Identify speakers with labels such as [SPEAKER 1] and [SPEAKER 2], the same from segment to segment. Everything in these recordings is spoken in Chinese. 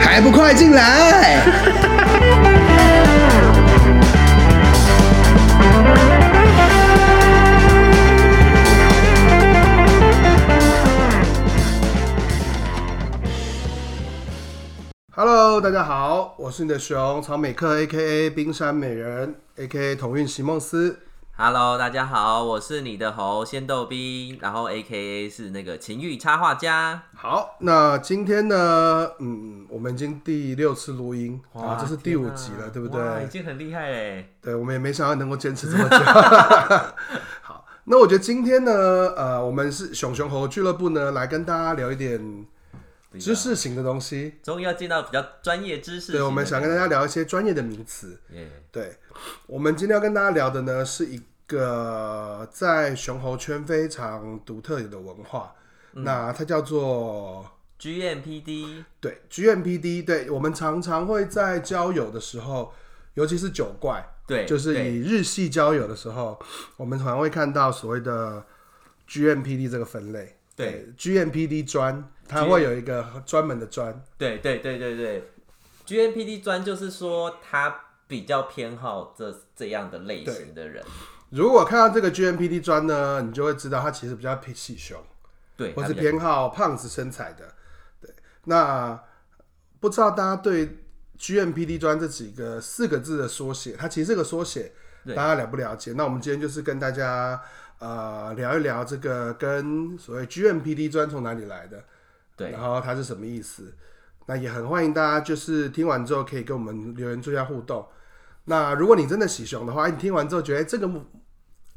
[SPEAKER 1] 还不快进来！Hello，大家好，我是你的熊草美克 A.K.A 冰山美人 A.K.A 同运席梦思。
[SPEAKER 2] Hello，大家好，我是你的猴仙豆冰，然后 A K A 是那个情欲插画家，
[SPEAKER 1] 好，那今天呢，嗯，我们已经第六次录音，啊，这是第五集了，对不对？
[SPEAKER 2] 哇已经很厉害嘞。
[SPEAKER 1] 对，我们也没想到能够坚持这么久。 好，那我觉得今天呢，呃，我们是熊熊猴俱乐部呢，来跟大家聊一点知识型的东西。
[SPEAKER 2] 终于要进到比较专业知识型的。
[SPEAKER 1] 对，我们想跟大家聊一些专业的名词。
[SPEAKER 2] 耶
[SPEAKER 1] 对，我们今天要跟大家聊的呢，是一个在熊猴圈非常独特的文化，
[SPEAKER 2] 嗯
[SPEAKER 1] 那它叫做
[SPEAKER 2] G M P D，
[SPEAKER 1] 对 GMPD。对，我们常常会在交友的时候，尤其是酒怪，
[SPEAKER 2] 对，
[SPEAKER 1] 就是
[SPEAKER 2] 对
[SPEAKER 1] 以日系交友的时候，我们常会看到所谓的 GMPD 这个分类。
[SPEAKER 2] 对
[SPEAKER 1] ，GMPD 专，它会有一个专门的专。
[SPEAKER 2] 对对对对对，G M P D 专就是说他比较偏好这这样的类型的人，
[SPEAKER 1] 如果看到这个 GMPD 专呢，你就会知道它其实比较偏细胸，
[SPEAKER 2] 对，
[SPEAKER 1] 或
[SPEAKER 2] 他
[SPEAKER 1] 是
[SPEAKER 2] 比较
[SPEAKER 1] 偏好胖子身材的。对，那不知道大家对 GMPD 专这几个四个字的缩写，它其实这个缩写大
[SPEAKER 2] 对
[SPEAKER 1] 家了不了解？那我们今天就是跟大家呃聊一聊这个跟所谓 GMPD 专从哪里来的，
[SPEAKER 2] 对
[SPEAKER 1] 然后它是什么意思？那也很欢迎大家就是听完之后可以跟我们留言做一下互动。那如果你真的喜熊的话，你听完之后觉得、哎这个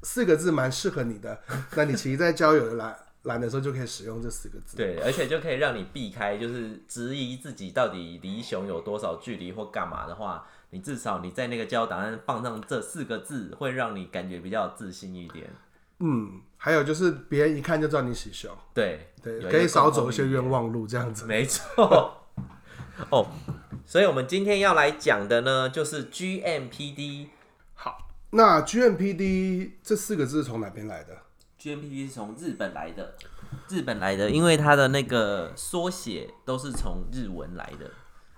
[SPEAKER 1] 四个字蛮适合你的， 那你其实在交友栏栏的时候就可以使用这四个字。
[SPEAKER 2] 对，而且就可以让你避开，就是质疑自己到底离熊有多少距离或干嘛的话，你至少你在那个交友档案放上这四个字，会让你感觉比较有自信一点。
[SPEAKER 1] 嗯，还有就是别人一看就知道你喜熊，
[SPEAKER 2] 对
[SPEAKER 1] 对，
[SPEAKER 2] 有一
[SPEAKER 1] 可以
[SPEAKER 2] 个
[SPEAKER 1] 少
[SPEAKER 2] 共同
[SPEAKER 1] 走一些
[SPEAKER 2] 语言
[SPEAKER 1] 冤枉路这样子。
[SPEAKER 2] 没错。 哦，所以我们今天要来讲的呢，就是 GMPD。
[SPEAKER 1] 好，那 GMPD 这四个字是从哪边来的？
[SPEAKER 2] GMPD 是从日本来的，日本来的，因为它的那个缩写都是从日文来的。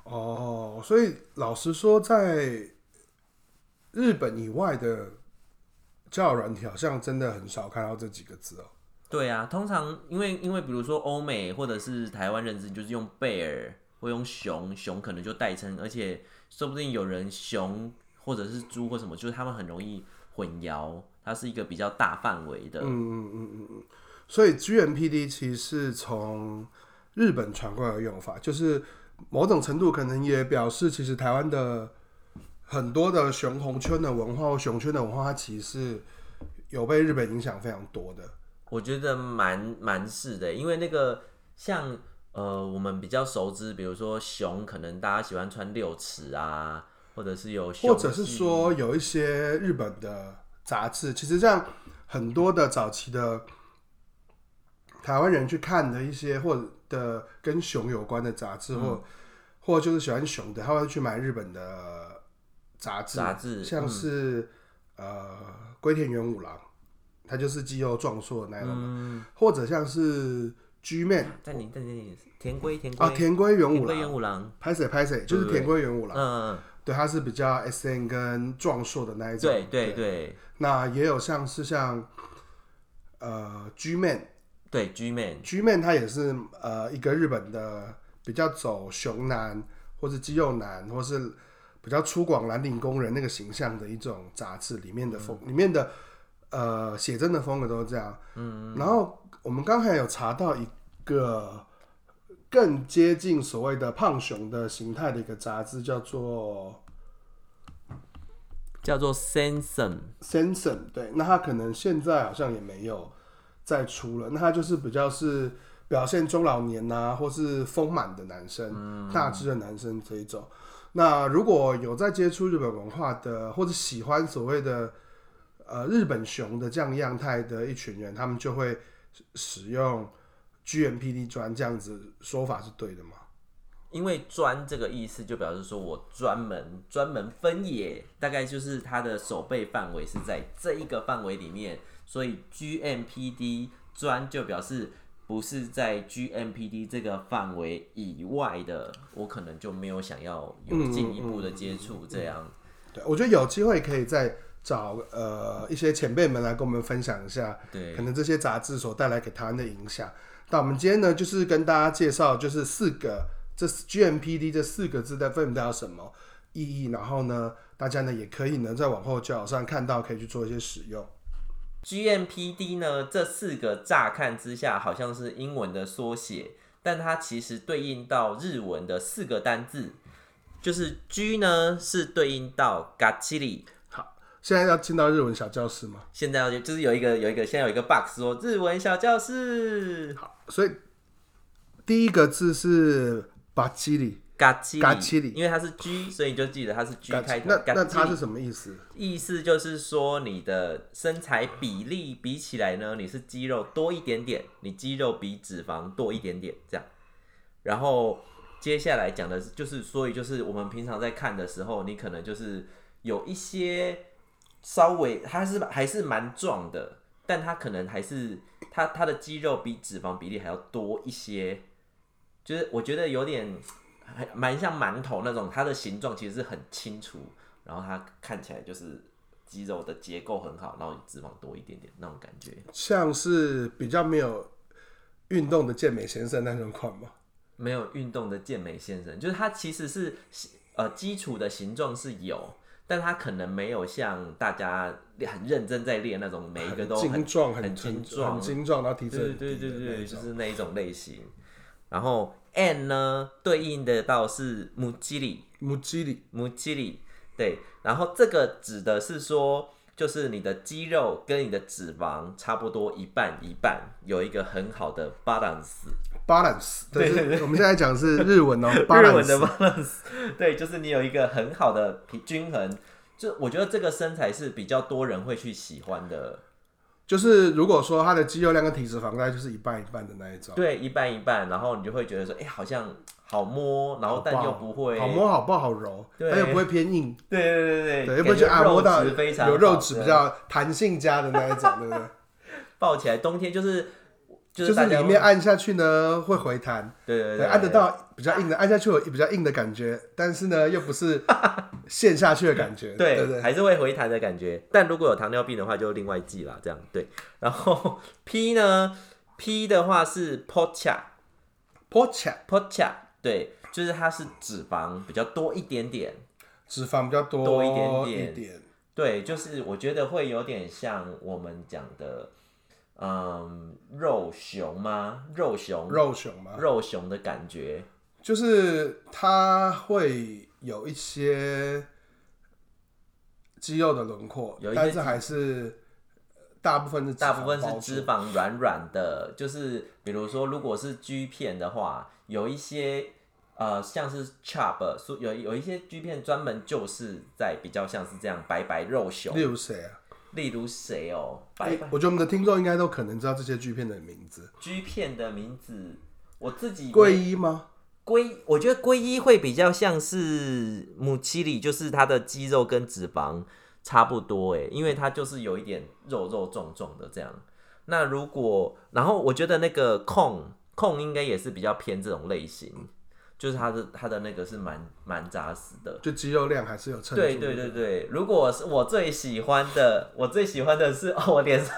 [SPEAKER 1] 哦，所以老实说，在日本以外的交友软体，好像真的很少看到这几个字哦。
[SPEAKER 2] 对啊，通常因为因为比如说欧美或者是台湾认知，就是用贝尔或用熊，熊可能就代称，而且说不定有人熊或者是猪或什么，就是他们很容易混淆，它是一个比较大范围的。
[SPEAKER 1] 所以 GMPD 其实是从日本传过来的用法，就是某种程度可能也表示，其实台湾的很多的熊红圈的文化或熊圈的文化，它其实是有被日本影响非常多的。
[SPEAKER 2] 我觉得蛮蛮是的，因为那个像呃，我们比较熟知，比如说熊，可能大家喜欢穿六尺啊，或者是有熊
[SPEAKER 1] 或者是
[SPEAKER 2] 系
[SPEAKER 1] 说有一些日本的杂志，其实像很多的早期的嗯台湾人去看的一些或者的跟熊有关的杂志，
[SPEAKER 2] 嗯
[SPEAKER 1] 或或就是喜欢熊的，他会去买日本的杂志，
[SPEAKER 2] 杂志
[SPEAKER 1] 像
[SPEAKER 2] 嗯
[SPEAKER 1] 是、呃龟田元五郎，他就是肌肉壮硕的那一种，
[SPEAKER 2] 嗯
[SPEAKER 1] 或者像是 G Man
[SPEAKER 2] 在你在你田龟田龟
[SPEAKER 1] 啊田龟元
[SPEAKER 2] 田
[SPEAKER 1] 五
[SPEAKER 2] 龟元
[SPEAKER 1] 郎，啊
[SPEAKER 2] 五郎，
[SPEAKER 1] 拍谁拍谁，就是
[SPEAKER 2] 对
[SPEAKER 1] 田龟元五郎。
[SPEAKER 2] 嗯，
[SPEAKER 1] 对，他是比较 S N 跟壮硕的那一种。
[SPEAKER 2] 对对对
[SPEAKER 1] 那也有像是像呃 G Man，G
[SPEAKER 2] 对，G man，
[SPEAKER 1] Man 他也是呃一个日本的比较走熊男或是肌肉男或是比较粗犷蓝领工人那个形象的一种杂志里面的风、里面的呃写真的风格都是这样。嗯，然后我们刚才有查到一个。更接近所谓的胖熊的形态的一个杂志，叫做
[SPEAKER 2] 叫做 Sansom，
[SPEAKER 1] Sanson，对，那他可能现在好像也没有再出了，那他就是比较是表现中老年呐、或是丰满的男生、大只的男生这一种。那如果有在接触日本文化的，或者喜欢所谓的呃日本熊的这样样态的一群人，他们就会使使用 GMPD 砖这样子说法是对的吗？
[SPEAKER 2] 因为专这个意思就表示说我专门专门分野，大概就是它的手背范围是在这一个范围里面，所以 GMPD 专就表示不是在 GMPD 这个范围以外的，我可能就没有想要有进一步的接触这样。
[SPEAKER 1] 对，我觉得有机会可以再找呃一些前辈们来跟我们分享一下，
[SPEAKER 2] 对
[SPEAKER 1] 可能这些杂志所带来给台湾的影响。那我们今天呢，就是跟大家介绍，就是四个这 GMPD 这四个字在分别代表什么意义，然后呢，大家呢也可以呢在往后教上看到，可以去做一些使用。
[SPEAKER 2] GMPD 呢，这四个乍看之下好像是英文的缩写，但它其实对应到日文的四个单字，就是 G 呢是对应到 g a c h i r i
[SPEAKER 1] 好，现在要进到日文小教室吗？
[SPEAKER 2] 现在要就是有一个有一个现在有一个 box 说日文小教室
[SPEAKER 1] 所以第一个字是巴基里，
[SPEAKER 2] g a c h i r
[SPEAKER 1] Gachiri
[SPEAKER 2] i 因为它是 G，所以你就记得它是 G 开头。
[SPEAKER 1] 那那它
[SPEAKER 2] Gachiri
[SPEAKER 1] 是什么意思？
[SPEAKER 2] 意思就是说，你的身材比例比起来呢，你是肌肉多一点点，你肌肉比脂肪多一点点这样。然后接下来讲的是就是，所以就是我们平常在看的时候，你可能就是有一些稍微他是还是蛮壮的，但他可能还是他他的肌肉比脂肪比例还要多一些，就是我觉得有点还蛮像馒头那种，它的形状其实是很清楚，然后它看起来就是肌肉的结构很好，然后脂肪多一点点那种感觉。
[SPEAKER 1] 像是比较没有运动的健美先生那种款吗？
[SPEAKER 2] 没有运动的健美先生，就是他其实是呃基础的形状是有，但他可能没有像大家很认真在练那种每一个都很
[SPEAKER 1] 精壮，很
[SPEAKER 2] 很精壮
[SPEAKER 1] 很精壮，然后体脂
[SPEAKER 2] 对
[SPEAKER 1] 很
[SPEAKER 2] 对
[SPEAKER 1] 低
[SPEAKER 2] 对
[SPEAKER 1] 的
[SPEAKER 2] 对
[SPEAKER 1] 那
[SPEAKER 2] 对，
[SPEAKER 1] 一
[SPEAKER 2] 就
[SPEAKER 1] 种
[SPEAKER 2] 是那一种类型。然后 N 呢，对应的到是母鸡里，
[SPEAKER 1] 母鸡里
[SPEAKER 2] 母鸡里对。然后这个指的是说，就是你的肌肉跟你的脂肪差不多一半一半，有一个很好的 balance。
[SPEAKER 1] balance，但是我们现在 讲的是日文哦
[SPEAKER 2] 日文的
[SPEAKER 1] ，balance，
[SPEAKER 2] balance，对，就是你有一个很好的平均衡。就我觉得这个身材是比较多人会去喜欢的，
[SPEAKER 1] 就是如果说他的肌肉量跟体脂肪大概就是一半一半的那一种，
[SPEAKER 2] 对，一半一半，然后你就会觉得说，哎、好像好摸，然后但
[SPEAKER 1] 好
[SPEAKER 2] 又
[SPEAKER 1] 抱
[SPEAKER 2] 不会
[SPEAKER 1] 好，摸好抱好揉，
[SPEAKER 2] 对
[SPEAKER 1] 它又不会偏硬，
[SPEAKER 2] 对对
[SPEAKER 1] 对，
[SPEAKER 2] 对对，
[SPEAKER 1] 又不会
[SPEAKER 2] 感
[SPEAKER 1] 觉
[SPEAKER 2] 觉
[SPEAKER 1] 得啊摸到
[SPEAKER 2] 肉质非常
[SPEAKER 1] 有肉
[SPEAKER 2] 好
[SPEAKER 1] 质
[SPEAKER 2] 对
[SPEAKER 1] 比较弹性加的那一种，对不对？
[SPEAKER 2] 抱起来，冬天就是 就
[SPEAKER 1] 就是
[SPEAKER 2] 大家
[SPEAKER 1] 里面按下去呢会回弹，
[SPEAKER 2] 对对对
[SPEAKER 1] 对，按得，到比较硬的，按下去有比较硬的感觉，但是呢又不 是陷下去的感觉，
[SPEAKER 2] 对
[SPEAKER 1] 对不对。
[SPEAKER 2] 还是会回弹的感觉。但如果有糖尿病的话，就另外记啦，这样对。然后 P 呢，P 的话是 pocha，
[SPEAKER 1] Pocha
[SPEAKER 2] pocha，对，就是它是脂肪比较多一点点，
[SPEAKER 1] 脂肪比较多
[SPEAKER 2] 多一点点
[SPEAKER 1] 一点
[SPEAKER 2] 对，就是我觉得会有点像我们讲的，嗯，肉熊吗？肉熊，
[SPEAKER 1] 肉熊嘛，
[SPEAKER 2] 肉熊的感觉，
[SPEAKER 1] 就是它会有一些肌肉的轮廓
[SPEAKER 2] 有，一些
[SPEAKER 1] 但是还是呃大部分是脂肪
[SPEAKER 2] 大部分
[SPEAKER 1] 呃包
[SPEAKER 2] 是
[SPEAKER 1] 住
[SPEAKER 2] 脂肪软软的，就是比如说，如果是 G 片的话，有一些呃，像是 chop，所有有一些 G 片专门就是在比较像是这样白白肉熊
[SPEAKER 1] 例，如谁啊？
[SPEAKER 2] 例如谁哦，白
[SPEAKER 1] 哎
[SPEAKER 2] 白
[SPEAKER 1] 我觉得我们的听众应该都可能知道这些剧片的名字。
[SPEAKER 2] G 片的名字，我自己
[SPEAKER 1] 贵一吗？
[SPEAKER 2] 龟，我觉得龟一会比较像是母鸡里，就是它的肌肉跟脂肪差不多，诶，因为它就是有一点肉肉壮壮的这样。那如果，然后我觉得那个控控应该也是比较偏这种类型，就是它的它的那个是蛮蛮扎实的。
[SPEAKER 1] 就肌肉量还是有称。
[SPEAKER 2] 对对对。对，如果是我最喜欢的，我最喜欢的是哦，我脸上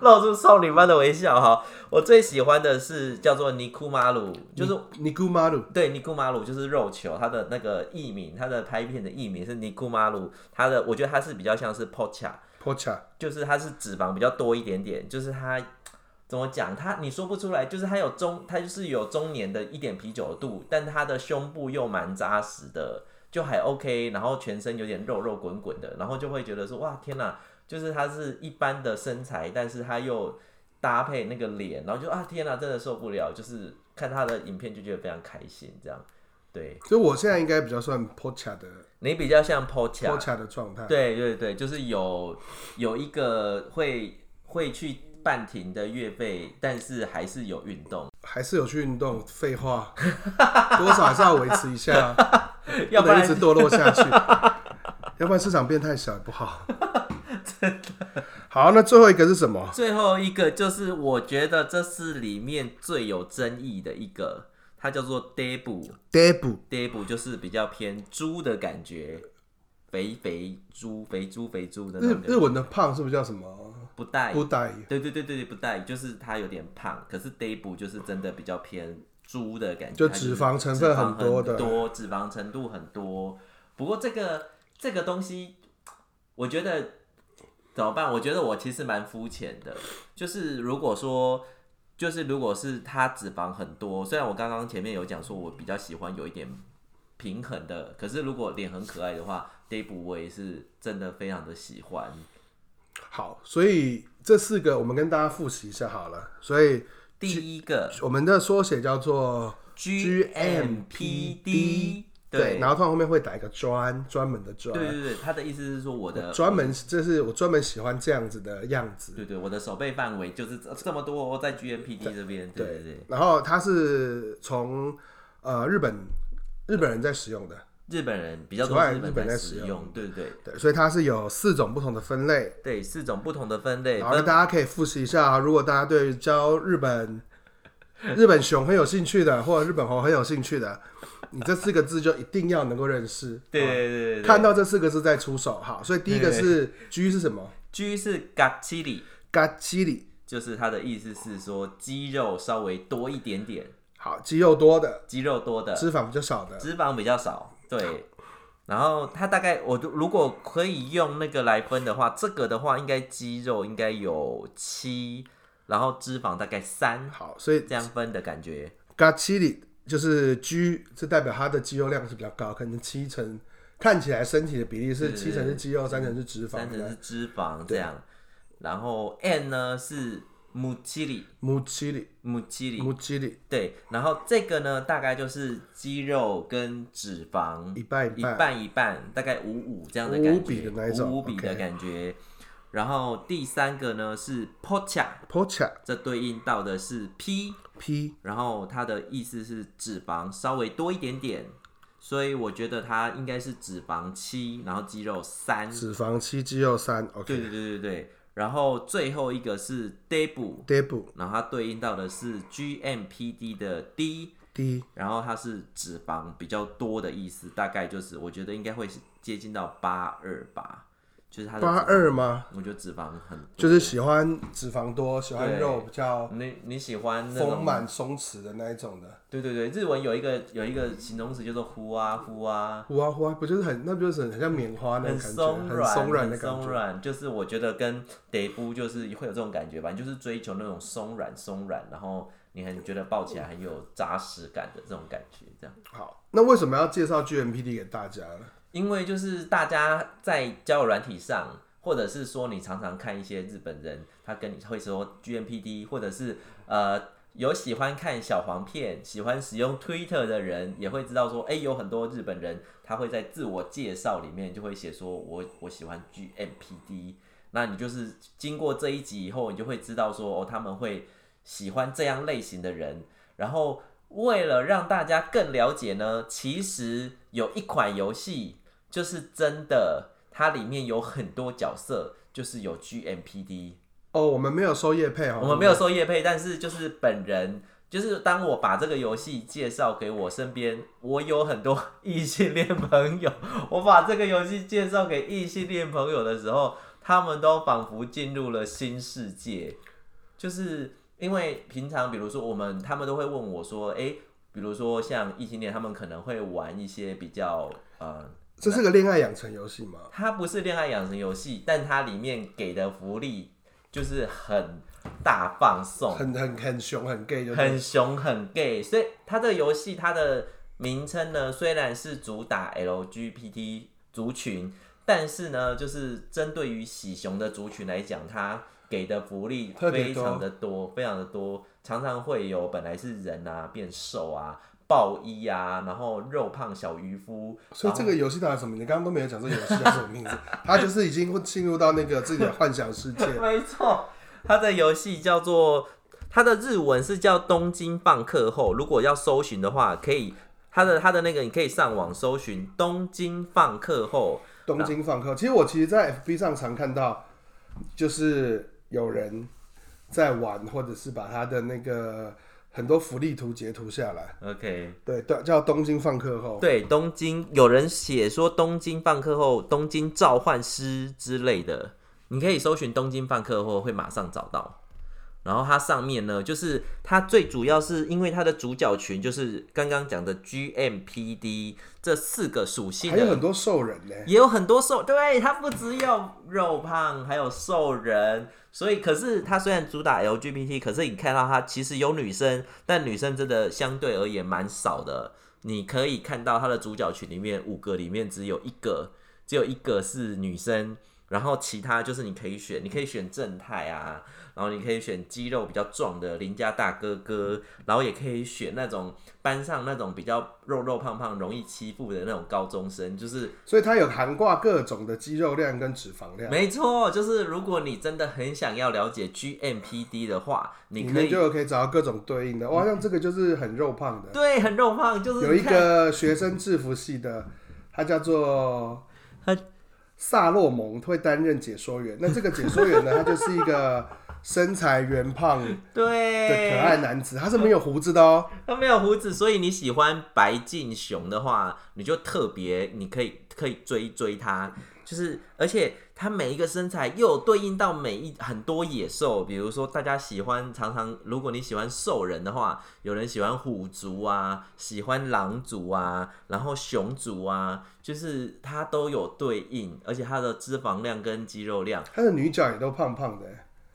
[SPEAKER 2] 露出少女般的微笑哈。我最喜欢的是叫做尼库马鲁，就是
[SPEAKER 1] 尼姑马鲁，
[SPEAKER 2] 对，尼古马鲁就是肉球，它的那个艺名，它的拍片的艺名是尼古马鲁，它的我觉得它是比较像是 pocha，
[SPEAKER 1] Pocha，
[SPEAKER 2] 就是它是脂肪比较多一点点，就是它怎么讲，它你说不出来，就是它有中，它就是有中年的一点啤酒肚，但它的胸部又蛮扎实的，就还 OK，然后全身有点肉肉滚滚的，然后就会觉得说哇天哪，就是它是一般的身材，但是它又搭配那个脸，然后就啊天哪、真的受不了，就是看他的影片就觉得非常开心，这样。对
[SPEAKER 1] 所以我现在应该比较算 pocha 的
[SPEAKER 2] 你比较像 Pocha，
[SPEAKER 1] pocha 的状态。
[SPEAKER 2] 对对对，就是有有一个会会去办停的月费，但是还是有运动，
[SPEAKER 1] 还是有去运动，废话，多少还是要维持一下，
[SPEAKER 2] 要
[SPEAKER 1] 不
[SPEAKER 2] 不
[SPEAKER 1] 能
[SPEAKER 2] 然
[SPEAKER 1] 一直堕落下 去，要不然市场变太小也不好。真的。好，那最后一个是什么？
[SPEAKER 2] 最后一个就是我觉得这是里面最有争议的一个，它叫做 Debu。
[SPEAKER 1] Deb
[SPEAKER 2] Debu 就是比较偏猪的感觉，肥肥猪、肥猪、肥猪的那
[SPEAKER 1] 日
[SPEAKER 2] 种感
[SPEAKER 1] 日
[SPEAKER 2] 觉，
[SPEAKER 1] 文的胖是不是叫什么？
[SPEAKER 2] 不带。
[SPEAKER 1] 不带
[SPEAKER 2] 对对对对对，不带，就是它有点胖，可是 Debu 就是真的比较偏猪的感觉，
[SPEAKER 1] 就
[SPEAKER 2] 它是
[SPEAKER 1] 脂肪成分很多的
[SPEAKER 2] 脂肪很多脂肪程度很多。不过这个这个东西，我觉得怎么办？我觉得我其实蛮肤浅的，就是如果说。就是如果是它脂肪很多，虽然我刚刚前面有讲说我比较喜欢有一点平衡的，可是如果脸很可爱的话 d e b 我也是真的非常的喜欢。
[SPEAKER 1] 好，所以这四个我们跟大家复习一下好了。所以
[SPEAKER 2] 第一个
[SPEAKER 1] 我们的缩写叫做
[SPEAKER 2] GMPD
[SPEAKER 1] 对，
[SPEAKER 2] 对
[SPEAKER 1] 然后通常后面会打一个专专门的
[SPEAKER 2] 对
[SPEAKER 1] 专，
[SPEAKER 2] 对对，他的意思是说我的
[SPEAKER 1] 专门这是我专门喜欢这样子的样子。
[SPEAKER 2] 对对我的手背范围就是这这么多，在 GMPD 这边，对对对，
[SPEAKER 1] 然后它是从呃日本日本人在使用的，
[SPEAKER 2] 日本人比较
[SPEAKER 1] 主
[SPEAKER 2] 多
[SPEAKER 1] 要
[SPEAKER 2] 是
[SPEAKER 1] 日
[SPEAKER 2] 日
[SPEAKER 1] 本
[SPEAKER 2] 本
[SPEAKER 1] 在
[SPEAKER 2] 在
[SPEAKER 1] 使
[SPEAKER 2] 使
[SPEAKER 1] 用
[SPEAKER 2] 用，对对对
[SPEAKER 1] 对，所以它是有四种不同的分类。
[SPEAKER 2] 对，四种不同的分类
[SPEAKER 1] 然后呢，
[SPEAKER 2] 分
[SPEAKER 1] 大家可以复习一下啊，如果大家对教日本 日本熊很有兴趣的，或者日本猴很有兴趣的，你这四个字就一定要能够认识。
[SPEAKER 2] 对
[SPEAKER 1] 啊
[SPEAKER 2] 对对对对，
[SPEAKER 1] 看到这四个字再出手。好，所以第一个是 G 是什么
[SPEAKER 2] G 是 Gachili，
[SPEAKER 1] 嘎 a 里，
[SPEAKER 2] 就是它的意思是说肌肉稍微多一点点，
[SPEAKER 1] 好，肌肉多的，
[SPEAKER 2] 肌肉多的，
[SPEAKER 1] 脂肪比较少的。
[SPEAKER 2] 脂肪比较少，对。然后它大概，我如果可以用那个来分的话，这个的话应该肌肉应该有七，然后脂肪大概三，
[SPEAKER 1] 好，所以
[SPEAKER 2] 这样分的感觉。
[SPEAKER 1] 嘎 a 里就是 G，这代表它的肌肉量是比较高，可能七成，看起来身体的比例是
[SPEAKER 2] 是
[SPEAKER 1] 七成是肌肉，三成是脂肪
[SPEAKER 2] 三层
[SPEAKER 1] 的
[SPEAKER 2] 是。脂肪这样，然后 N 呢是母肌里，
[SPEAKER 1] 母肌里，
[SPEAKER 2] 母肌里
[SPEAKER 1] 母肌里，
[SPEAKER 2] 对，然后这个呢大概就是肌肉跟脂肪
[SPEAKER 1] 一半
[SPEAKER 2] 一
[SPEAKER 1] 一半
[SPEAKER 2] 半一半，大概五五这样的
[SPEAKER 1] 五五
[SPEAKER 2] 感觉，
[SPEAKER 1] 比的那一种
[SPEAKER 2] 五五比的
[SPEAKER 1] OK
[SPEAKER 2] 感觉。然后第三个呢是 pocha，
[SPEAKER 1] pocha
[SPEAKER 2] 这对应到的是 P，
[SPEAKER 1] p
[SPEAKER 2] 然后它的意思是脂肪稍微多一点点，所以我觉得它应该是脂肪七，然后肌肉三。
[SPEAKER 1] 脂肪七，肌肉三
[SPEAKER 2] 对对
[SPEAKER 1] ，OK。
[SPEAKER 2] 对对对。然后最后一个是 Debu，
[SPEAKER 1] Deb
[SPEAKER 2] 然后它对应到的是 GMPD 的 D，
[SPEAKER 1] D
[SPEAKER 2] 然后它是脂肪比较多的意思，大概就是我觉得应该会是接近到八二吧，就是它的
[SPEAKER 1] 八
[SPEAKER 2] 脂肪，
[SPEAKER 1] 二吗？
[SPEAKER 2] 我觉得脂肪很多
[SPEAKER 1] 就是喜欢脂肪多，喜欢
[SPEAKER 2] 对
[SPEAKER 1] 肉比较
[SPEAKER 2] 你你喜欢那种
[SPEAKER 1] 丰满松弛的那一种的。
[SPEAKER 2] 对对对，日文有一个有一个形容词叫做“呼啊呼啊
[SPEAKER 1] 花花不就是很，那不就是很很像棉花”，那
[SPEAKER 2] 很
[SPEAKER 1] 种感觉，
[SPEAKER 2] 松
[SPEAKER 1] 很
[SPEAKER 2] 软，
[SPEAKER 1] 松软的
[SPEAKER 2] 很
[SPEAKER 1] 感
[SPEAKER 2] 松
[SPEAKER 1] 觉。
[SPEAKER 2] 软，就是我觉得跟得夫就是会有这种感觉吧，你就是追求那种松软松软，然后你很觉得抱起来很有扎实感的这种感觉，这样。
[SPEAKER 1] 好，那为什么要介绍 GMPD 给大家呢？
[SPEAKER 2] 因为就是大家在交友软体上，或者是说你常常看一些日本人，他跟你会说 GMPD，或者是呃有喜欢看小黄片、喜欢使用 Twitter 的人，也会知道说，哎，有很多日本人他会在自我介绍里面就会写说我我喜欢 GMPD。那你就是经过这一集以后，你就会知道说哦，他们会喜欢这样类型的人。然后为了让大家更了解呢，其实有一款游戏就是真的，它里面有很多角色，就是有 GMPD。
[SPEAKER 1] 哦，我们没有收叶配哦，
[SPEAKER 2] 我们没有收叶配，但是就是本人。就是当我把这个游戏介绍给我身边，我有很多 异性恋朋友，我把这个游戏介绍给异性恋朋友的时候，他们都仿佛进入了新世界。就是因为平常，比如说我们，他们都会问我说：“诶，比如说像异性恋，他们可能会玩一些比较呃
[SPEAKER 1] 这是个恋爱养成游戏吗？
[SPEAKER 2] 它不是恋爱养成游戏，但它里面给的福利就是很大放送，
[SPEAKER 1] 很很很熊，很 gay 就
[SPEAKER 2] 很
[SPEAKER 1] 是。
[SPEAKER 2] 熊很 gay，所以它的游戏它的名称呢，虽然是主打 LGBT 族群，但是呢，就是针对于喜熊的族群来讲，它给的福利
[SPEAKER 1] 特别
[SPEAKER 2] 非
[SPEAKER 1] 多
[SPEAKER 2] 常的多，非常的多，常常会有本来是人啊变瘦啊。暴衣啊，然后肉胖小渔夫，
[SPEAKER 1] 所以这个游戏叫什么？你刚刚都没有讲这个游戏叫什么名字， 它就是已经会进入到那个自己的幻想世界。
[SPEAKER 2] 没错，它的游戏叫做它的日文是叫《东京放课后》，如果要搜寻的话，可以它的它的那个你可以上网搜寻《东京放课后
[SPEAKER 1] 东京放客，其实我其实，在 FB 上常看到，就是有人在玩，或者是把他的那个很多福利图截图下来。》。
[SPEAKER 2] OK，
[SPEAKER 1] 对对，叫东京放客后。
[SPEAKER 2] 对，东京有人写说《东京放课后》《东京召唤师》之类的，你可以搜寻《东京放课后》会马上找到。然后它上面呢，就是它最主要是因为它的主角群就是刚刚讲的 GMPD 这四个属性
[SPEAKER 1] 还
[SPEAKER 2] 的
[SPEAKER 1] 有很多兽人呢、
[SPEAKER 2] 也有很多瘦，对，它不只有肉胖，还有瘦人。所以，可是它虽然主打 LGBT，可是你看到它其实有女生，但女生真的相对而言蛮少的。你可以看到它的主角群里面五个里面只有一个，只有一个是女生，然后其他就是你可以选，你可以选正太啊，然后你可以选肌肉比较壮的邻家大哥哥，然后也可以选那种班上那种比较肉肉胖胖、容易欺负的那种高中生，就是
[SPEAKER 1] 所以它有涵盖各种的肌肉量跟脂肪量，
[SPEAKER 2] 没错，就是如果你真的很想要了解 GMPD 的话，
[SPEAKER 1] 里
[SPEAKER 2] 你可
[SPEAKER 1] 面
[SPEAKER 2] 以嗯
[SPEAKER 1] 就有可以找到各种对应的。哇，像这个就是很肉胖的，
[SPEAKER 2] 对很肉胖，就是
[SPEAKER 1] 有一
[SPEAKER 2] 你看
[SPEAKER 1] 个学生制服系的，他叫做
[SPEAKER 2] 他
[SPEAKER 1] 萨洛蒙，会担任解说员。那这个解说员呢，他就是一个身材圆胖的可爱
[SPEAKER 2] 对，
[SPEAKER 1] 男子，他是没有胡子的哦。
[SPEAKER 2] 他没有胡子，所以你喜欢白敬雄的话，你就特别你可以可以追追他，就是而且他每一个身材又有对应到每一很多野兽，比如说大家喜欢常常，如果你喜欢兽人的话，有人喜欢虎族啊，喜欢狼族啊，然后熊族啊，就是它都有对应，而且它的脂肪量跟肌肉量。
[SPEAKER 1] 他的女角也都胖胖的，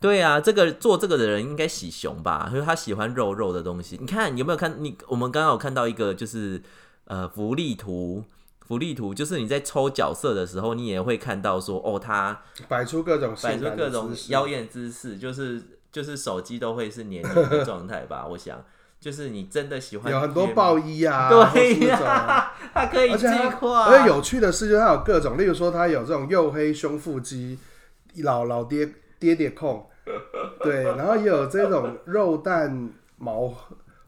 [SPEAKER 2] 对啊，这个做这个的人应该喜熊吧，因为他喜欢肉肉的东西。你看有没有看你？我们刚刚有看到一个就是呃福利图，福利图就是你在抽角色的时候，你也会看到说哦，他
[SPEAKER 1] 摆出各种
[SPEAKER 2] 摆
[SPEAKER 1] 性
[SPEAKER 2] 出
[SPEAKER 1] 感
[SPEAKER 2] 各
[SPEAKER 1] 的
[SPEAKER 2] 种
[SPEAKER 1] 姿势。
[SPEAKER 2] 妖艳姿势，就是就是手机都会是黏黏的状态吧。我想，就是你真的喜欢
[SPEAKER 1] 有很多
[SPEAKER 2] 贴吗
[SPEAKER 1] 暴衣啊，或是
[SPEAKER 2] 对
[SPEAKER 1] 那
[SPEAKER 2] 呀、
[SPEAKER 1] 种，
[SPEAKER 2] 它可以
[SPEAKER 1] 而且
[SPEAKER 2] 进
[SPEAKER 1] 它
[SPEAKER 2] 化，
[SPEAKER 1] 而且有趣的是，就是它有各种，例如说它有这种黝黑胸腹肌，老老爹爹爹控，对，然后也有这种肉蛋毛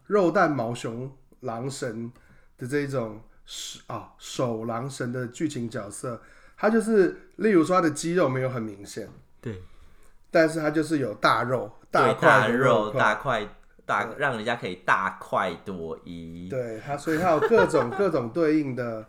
[SPEAKER 1] 肉蛋毛熊狼神的这种手啊、手狼神的剧情角色，它就是例如说它的肌肉没有很明显，
[SPEAKER 2] 对
[SPEAKER 1] 但是它就是有大肉
[SPEAKER 2] 对
[SPEAKER 1] 块
[SPEAKER 2] 大
[SPEAKER 1] 的
[SPEAKER 2] 肉
[SPEAKER 1] 块呃
[SPEAKER 2] 大块大，让人家可以大快朵颐。
[SPEAKER 1] 对它，所以它有各种各种对应的，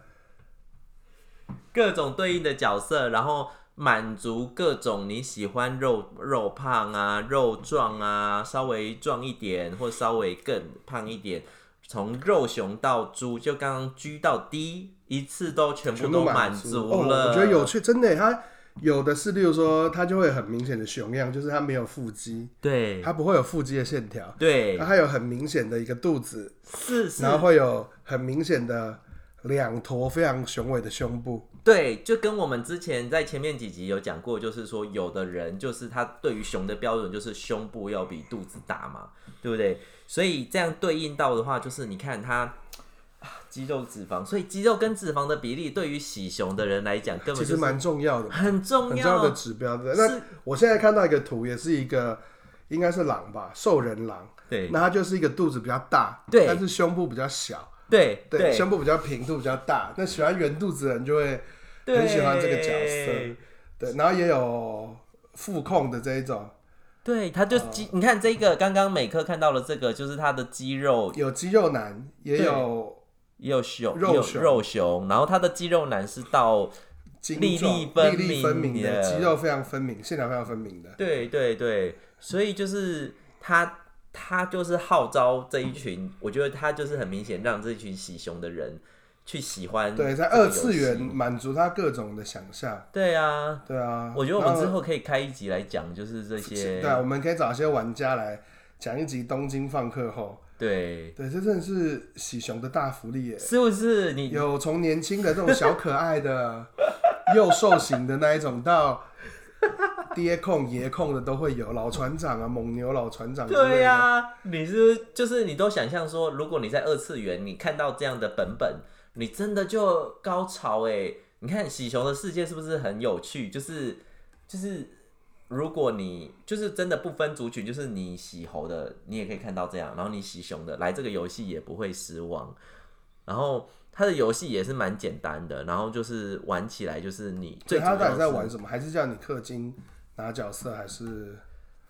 [SPEAKER 2] 各种对应的角色，然后满足各种你喜欢肉肉胖啊、肉壮啊、稍微壮一点或稍微更胖一点，从肉熊到猪，就刚刚 G 到 D，一次都全部
[SPEAKER 1] 全
[SPEAKER 2] 都
[SPEAKER 1] 部
[SPEAKER 2] 满
[SPEAKER 1] 足
[SPEAKER 2] 足了。
[SPEAKER 1] 哦。我觉得有趣，真的，它有的是，例如说，它就会很明显的熊样，就是它没有腹肌，
[SPEAKER 2] 对
[SPEAKER 1] 它不会有腹肌的线条，
[SPEAKER 2] 对
[SPEAKER 1] 它还有很明显的一个肚子，
[SPEAKER 2] 是是
[SPEAKER 1] 然，后会有很明显的两坨非常雄伟的胸部。
[SPEAKER 2] 对，就跟我们之前在前面几集有讲过，就是说有的人就是他对于熊的标准就是胸部要比肚子大嘛，对不对？所以这样对应到的话，就是你看他啊肌肉脂肪，所以肌肉跟脂肪的比例对于喜熊的人来讲根
[SPEAKER 1] 其
[SPEAKER 2] 本
[SPEAKER 1] 实
[SPEAKER 2] 就是
[SPEAKER 1] 蛮重要的，
[SPEAKER 2] 很重
[SPEAKER 1] 很重要的
[SPEAKER 2] 要。
[SPEAKER 1] 指标的。
[SPEAKER 2] 是
[SPEAKER 1] 那我现在看到一个图，也是一个应该是狼吧，兽人狼。
[SPEAKER 2] 对
[SPEAKER 1] 那它就是一个肚子比较大，
[SPEAKER 2] 对
[SPEAKER 1] 但是胸部比较小，
[SPEAKER 2] 对
[SPEAKER 1] 对，胸部比较平，肚比较大。那喜欢圆肚子的人就会
[SPEAKER 2] 对
[SPEAKER 1] 很喜欢这个角色，对，然后也有腹控的这一种，
[SPEAKER 2] 对，他
[SPEAKER 1] 哦
[SPEAKER 2] 就肌，你看这个刚刚美克看到了这个，就是他的肌肉
[SPEAKER 1] 有肌肉男，也有
[SPEAKER 2] 也有熊，
[SPEAKER 1] 肉
[SPEAKER 2] 也有
[SPEAKER 1] 熊
[SPEAKER 2] 肉熊，然后他的肌肉男是到
[SPEAKER 1] 精
[SPEAKER 2] 粒
[SPEAKER 1] 壮
[SPEAKER 2] 粒分
[SPEAKER 1] 粒粒分
[SPEAKER 2] 明
[SPEAKER 1] 明的
[SPEAKER 2] 的
[SPEAKER 1] 肌肉非常分明，线条非常分明的。
[SPEAKER 2] 对对对，所以就是他，他就是号召这一群，我觉得他就是很明显让这群喜熊的人去喜欢。
[SPEAKER 1] 对，在二次元。满足他各种的想象，
[SPEAKER 2] 对啊，
[SPEAKER 1] 对啊。
[SPEAKER 2] 我觉得我
[SPEAKER 1] 然
[SPEAKER 2] 们之后可以开一集来讲，就是这些
[SPEAKER 1] 对啊，我们可以找一些玩家来讲一集东京放课后，
[SPEAKER 2] 对，
[SPEAKER 1] 对，这真的是喜熊的大福利耶。
[SPEAKER 2] 是不是你
[SPEAKER 1] 有从年轻的这种小可爱的幼瘦型的那一种，到爹控、爷控的都会有，老船长啊、蒙牛老船长之类的。
[SPEAKER 2] 对呀、你是就是你都想象说，如果你在二次元，你看到这样的本本，你真的就高潮哎、你看喜熊的世界是不是很有趣？就是就是，如果你就是真的不分族群，就是你喜猴的，你也可以看到这样，然后你喜熊的来这个游戏也不会失望。然后它的游戏也是蛮简单的，然后就是玩起来就是你
[SPEAKER 1] 所
[SPEAKER 2] 最
[SPEAKER 1] 以
[SPEAKER 2] 主
[SPEAKER 1] 他
[SPEAKER 2] 要
[SPEAKER 1] 到底在
[SPEAKER 2] 是
[SPEAKER 1] 玩什么？还是叫你氪金拿角色？还是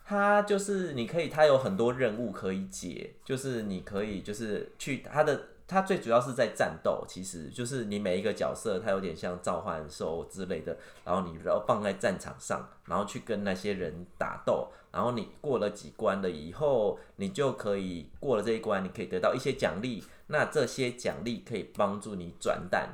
[SPEAKER 2] 它就是你可以，它有很多任务可以解，就是你可以就是去它的，它最主要是在战斗，其实就是你每一个角色，它有点像召唤兽之类的，然后你然后放在战场上，然后去跟那些人打斗，然后你过了几关了以后，你就可以过了这一关，你可以得到一些奖励，那这些奖励可以帮助你转蛋。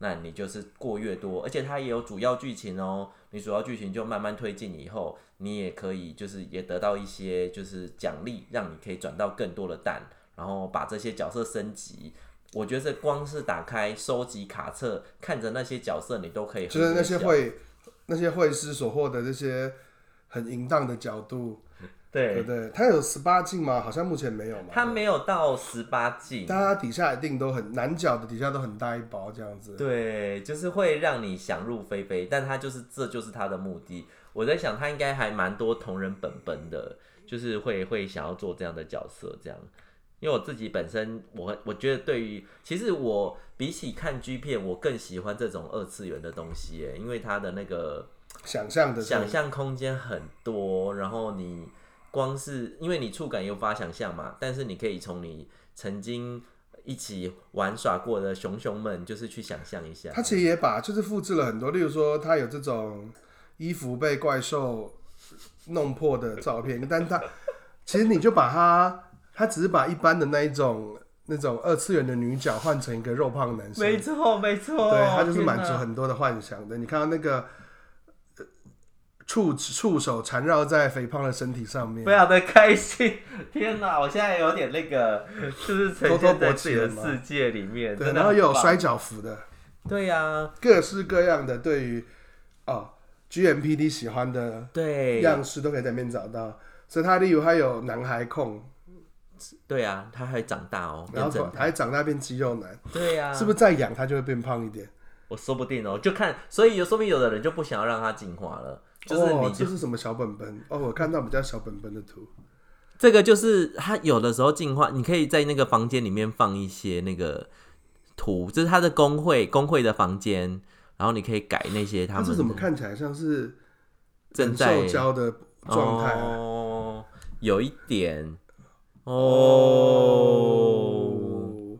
[SPEAKER 2] 那你就是过越多，而且它也有主要剧情哦。你主要剧情就慢慢推进以后，你也可以就是也得到一些就是奖励，让你可以转到更多的蛋，然后把这些角色升级。我觉得这光是打开收集卡册，看着那些角色，你都可以很
[SPEAKER 1] 就是那些
[SPEAKER 2] 多角
[SPEAKER 1] 会那些会师所获得这些很淫荡的角度，
[SPEAKER 2] 对
[SPEAKER 1] 对不对？他有十八禁吗？好像目前没有嘛。
[SPEAKER 2] 他没有到十八禁，
[SPEAKER 1] 大家底下一定都很男角的底下都很大一包这样子。
[SPEAKER 2] 对，就是会让你想入非非，但他就是这就是他的目的。我在想，他应该还蛮多同人本本的，就是会会想要做这样的角色，这样。因为我自己本身，我我觉得对于，其实我比起看 G 片，我更喜欢这种二次元的东西耶，因为它的那个
[SPEAKER 1] 想象的是
[SPEAKER 2] 想象空间很多，然后你光是因为你触感有无法想象嘛，但是你可以从你曾经一起玩耍过的熊熊们，就是去想象一下。
[SPEAKER 1] 他其实也把就是复制了很多，例如说他有这种衣服被怪兽弄破的照片，但他其实你就把他，他只是把一般的那一种那种二次元的女角换成一个肉胖男生，
[SPEAKER 2] 没错，没错，
[SPEAKER 1] 对他就是满足
[SPEAKER 2] 天哪
[SPEAKER 1] 很多的幻想的。你看到那个呃触触手缠绕在肥胖的身体上面
[SPEAKER 2] 非，常的开心。天哪，我现在有点那个， 就是
[SPEAKER 1] 偷偷
[SPEAKER 2] 沉浸在
[SPEAKER 1] 勃
[SPEAKER 2] 自
[SPEAKER 1] 起
[SPEAKER 2] 己的
[SPEAKER 1] 了吗
[SPEAKER 2] 世界里面。
[SPEAKER 1] 对，
[SPEAKER 2] 真的
[SPEAKER 1] 然后也有
[SPEAKER 2] 很棒
[SPEAKER 1] 摔，跤服的，
[SPEAKER 2] 对呀、
[SPEAKER 1] 各式各样的对于哦 GMPD 喜欢的
[SPEAKER 2] 对，
[SPEAKER 1] 样式都可以在里面找到。所以他例如他有男孩控，
[SPEAKER 2] 对呀、他还长大哦，
[SPEAKER 1] 然
[SPEAKER 2] 变
[SPEAKER 1] 后
[SPEAKER 2] 正，啊
[SPEAKER 1] 还长大变肌肉男，
[SPEAKER 2] 对呀、
[SPEAKER 1] 是不是再养他就会变胖一点？
[SPEAKER 2] 我说不定哦，就看，所以有说不定有的人就不想要让它进化了，就是
[SPEAKER 1] 哦
[SPEAKER 2] 你，就、
[SPEAKER 1] 这是什么小本本？哦，我看到比较小本本的图，
[SPEAKER 2] 这个就是它有的时候进化，你可以在那个房间里面放一些那个图，这是它的工会工会的房间，然后你可以改那些他
[SPEAKER 1] 它是
[SPEAKER 2] 们
[SPEAKER 1] 怎么看起来像是
[SPEAKER 2] 正
[SPEAKER 1] 人
[SPEAKER 2] 在
[SPEAKER 1] 兽交的状态啊？
[SPEAKER 2] 哦，有一点哦
[SPEAKER 1] 哦，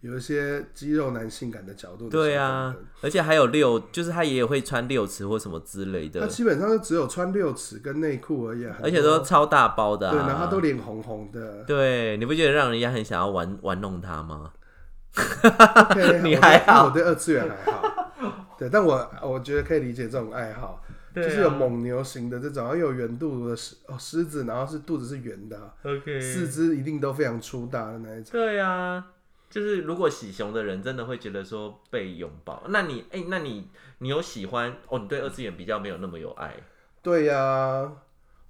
[SPEAKER 1] 有一些肌肉男性感的角度。
[SPEAKER 2] 对啊，，而且还有六，就是他也会穿六尺或什么之类
[SPEAKER 1] 他
[SPEAKER 2] 的，
[SPEAKER 1] 基本上就只有穿六尺跟内裤而已啊，很
[SPEAKER 2] 而且
[SPEAKER 1] 多
[SPEAKER 2] 都超大包的、啊，
[SPEAKER 1] 对，然后他都脸红红的。
[SPEAKER 2] 对，你不觉得让人家很想要玩玩弄它吗？
[SPEAKER 1] OK，
[SPEAKER 2] 你
[SPEAKER 1] 我对
[SPEAKER 2] 还好
[SPEAKER 1] 我对二次元还好。对，但我我觉得可以理解这种爱好，
[SPEAKER 2] 对
[SPEAKER 1] 就是
[SPEAKER 2] 啊
[SPEAKER 1] 有蒙牛型的这种，然后有圆肚子的狮哦狮子，然后是肚子是圆的啊，
[SPEAKER 2] OK，
[SPEAKER 1] 四肢一定都非常粗大的那一种。
[SPEAKER 2] 对呀、就是如果喜熊的人真的会觉得说被拥抱，那你哎、那你你有喜欢哦？你对二次元比较没有那么有爱，
[SPEAKER 1] 对呀、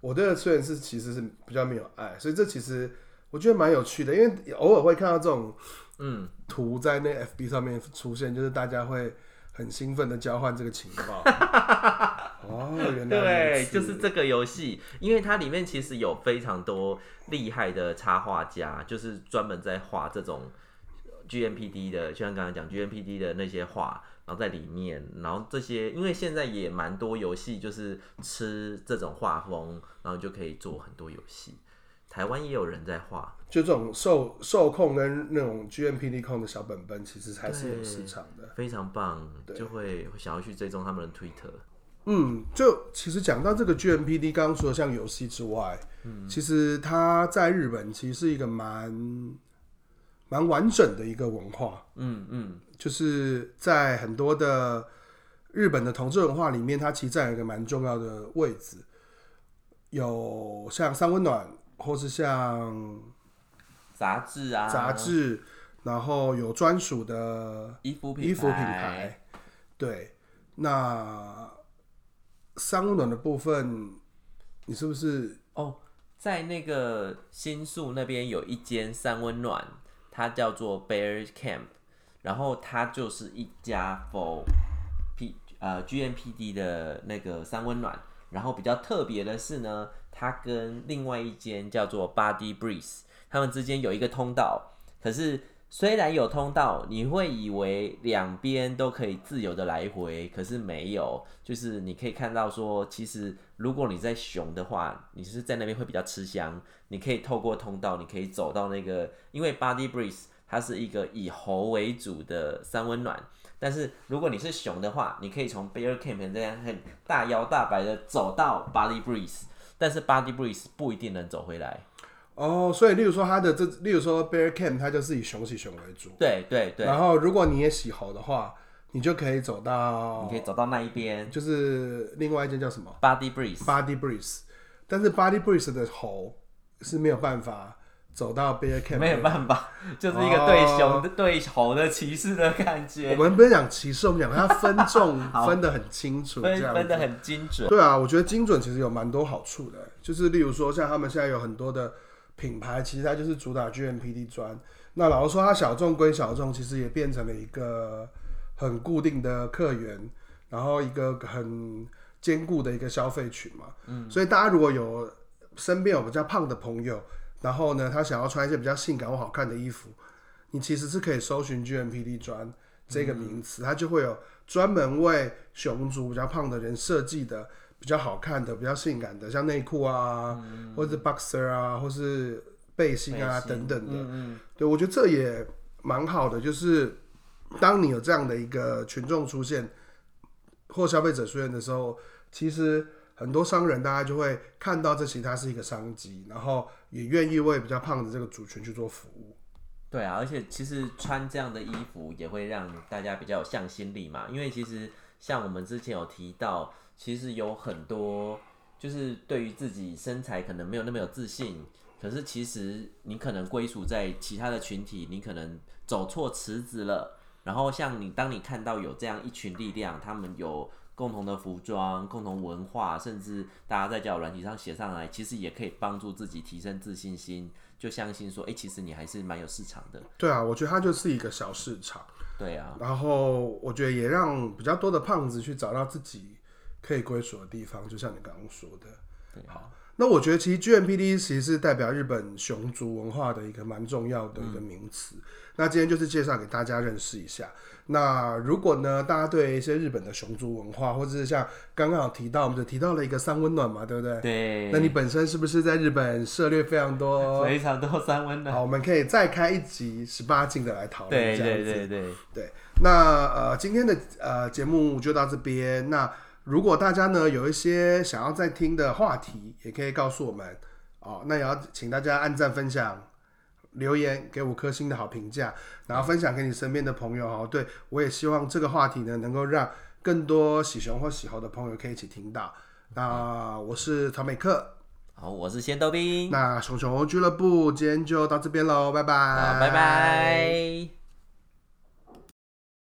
[SPEAKER 1] 我对二次元是其实是比较没有爱，所以这其实我觉得蛮有趣的，因为偶尔会看到这种
[SPEAKER 2] 嗯，
[SPEAKER 1] 图在那 FB 上面出现，就是大家会很兴奋的交换这个情 报。哦，原来如
[SPEAKER 2] 对，
[SPEAKER 1] 此
[SPEAKER 2] 就是这个游戏，因为它里面其实有非常多厉害的插画家，就是专门在画这种 GMPD 的，就像刚才讲 GMPD 的那些画，然后在里面，然后这些因为现在也蛮多游戏就是吃这种画风，然后就可以做很多游戏。台湾也有人在画，
[SPEAKER 1] 就这种受受控跟那种 GMPD 控的小本本，其实还是有
[SPEAKER 2] 对
[SPEAKER 1] 市场的。
[SPEAKER 2] 非常棒，就会会想要去追踪他们的 Twitter。
[SPEAKER 1] 嗯，就其实讲到这个 GMPD，刚刚说像游戏之外，
[SPEAKER 2] 嗯
[SPEAKER 1] 其实它在日本其实是一个蛮蛮完整的一个文化，
[SPEAKER 2] 嗯嗯，
[SPEAKER 1] 就是在很多的日本的同志文化里面，它其实占有一个蛮重要的位置。有像三温暖，或是像
[SPEAKER 2] 杂志啊，
[SPEAKER 1] 杂、志，然后有专属的
[SPEAKER 2] 衣服品牌、
[SPEAKER 1] 衣服品牌，对，那三温暖的部分，你是不是
[SPEAKER 2] 哦，在那个新宿那边有一间三温暖，它叫做 Bear Camp，然后它就是一家 for P 呃 GMPD 的那个三温暖。然后比较特别的是呢，它跟另外一间叫做 Body Breeze，它们之间有一个通道。可是虽然有通道，你会以为两边都可以自由的来回，可是没有。就是你可以看到说，其实如果你在熊的话，你是在那边会比较吃香。你可以透过通道，你可以走到那个，因为 Body Breeze 它是一个以猴为主的三温暖。但是如果你是熊的话，你可以从 Bear Camp 这样很大摇大摆的走到 Body Breeze，但是 Body Breeze 不一定能走回来。
[SPEAKER 1] 哦？所以，例如说它的这，例如说 Bear Camp，它就是以熊喜熊为主。
[SPEAKER 2] 对对对，
[SPEAKER 1] 然后，如果你也喜猴的话，你就可以走到，
[SPEAKER 2] 你可以走到那一边
[SPEAKER 1] 就是另外一间叫什么
[SPEAKER 2] Body Breeze。
[SPEAKER 1] Body Breeze，但是 Body Breeze 的猴是没有办法走到 Bear Camp，
[SPEAKER 2] 没有 办法，就是一个对熊
[SPEAKER 1] 哦
[SPEAKER 2] 的、对猴的歧视的感
[SPEAKER 1] 我
[SPEAKER 2] 觉，
[SPEAKER 1] 们不是讲歧视，我们讲它分众
[SPEAKER 2] 好
[SPEAKER 1] 分得很清楚，这
[SPEAKER 2] 分
[SPEAKER 1] 样子
[SPEAKER 2] 分的很精准。
[SPEAKER 1] 对啊，我觉得精准其实有蛮多好处的，欸就是例如说像他们现在有很多的品牌，其实它就是主打 GMPD 砖。那老实说，它小众归小众，其实也变成了一个很固定的客源，然后一个很坚固的一个消费群嘛。嗯，所以大家如果有身边有比较胖的朋友，然后呢，他想要穿一些比较性感或好看的衣服，你其实是可以搜寻 GMPD 砖这个名词，它就会有专门为熊族比较胖的人设计的比较好看的、比较性感的，像内裤啊，或者是 boxer 啊，或是背心啊
[SPEAKER 2] 背心
[SPEAKER 1] 等等的。
[SPEAKER 2] 嗯嗯，
[SPEAKER 1] 对，我觉得这也蛮好的，就是当你有这样的一个群众出现或消费者出现的时候，其实很多商人大家就会看到这其实它是一个商机，然后也愿意为比较胖的这个族群去做服务。
[SPEAKER 2] 对啊，而且其实穿这样的衣服也会让大家比较有向心力嘛，因为其实像我们之前有提到，其实有很多就是对于自己身材可能没有那么有自信，可是其实你可能归属在其他的群体，你可能走错池子了。然后像你，当你看到有这样一群力量，他们有共同的服装、共同文化，甚至大家在交友软体上写上来，其实也可以帮助自己提升自信心，就相信说，哎，其实你还是蛮有市场的。
[SPEAKER 1] 对啊，我觉得它就是一个小市场，
[SPEAKER 2] 对啊，
[SPEAKER 1] 然后我觉得也让比较多的胖子去找到自己可以归属的地方，就像你刚刚说的。
[SPEAKER 2] 对啊，
[SPEAKER 1] 那我觉得其实 GMPD 其实是代表日本熊族文化的一个蛮重要的一个名词。那今天就是介绍给大家认识一下。那如果呢，大家对一些日本的熊族文化，或者是像刚刚有提到，我们就提到了一个三温暖嘛，对不对？
[SPEAKER 2] 对，
[SPEAKER 1] 那你哦本身是不是在日本涉猎非常多？
[SPEAKER 2] 非常多三温暖。
[SPEAKER 1] 好，我们可以再开一集十八禁的来讨论。
[SPEAKER 2] 对
[SPEAKER 1] 这样
[SPEAKER 2] 对
[SPEAKER 1] 子
[SPEAKER 2] 对对，
[SPEAKER 1] 对，那呃，今天的呃节目就到这边。那如果大家呢有一些想要再听的话题，也可以告诉我们哦。那也要请大家按赞、分享、留言，给五颗星的好评价，然后分享给你身边的朋友哦。对我也希望这个话题呢，能够让更多喜熊或喜猴的朋友可以一起听到。那我是曹美克，
[SPEAKER 2] 好，我是仙豆冰，
[SPEAKER 1] 那熊熊俱乐部今天就到这边喽，拜拜，
[SPEAKER 2] 好，拜拜。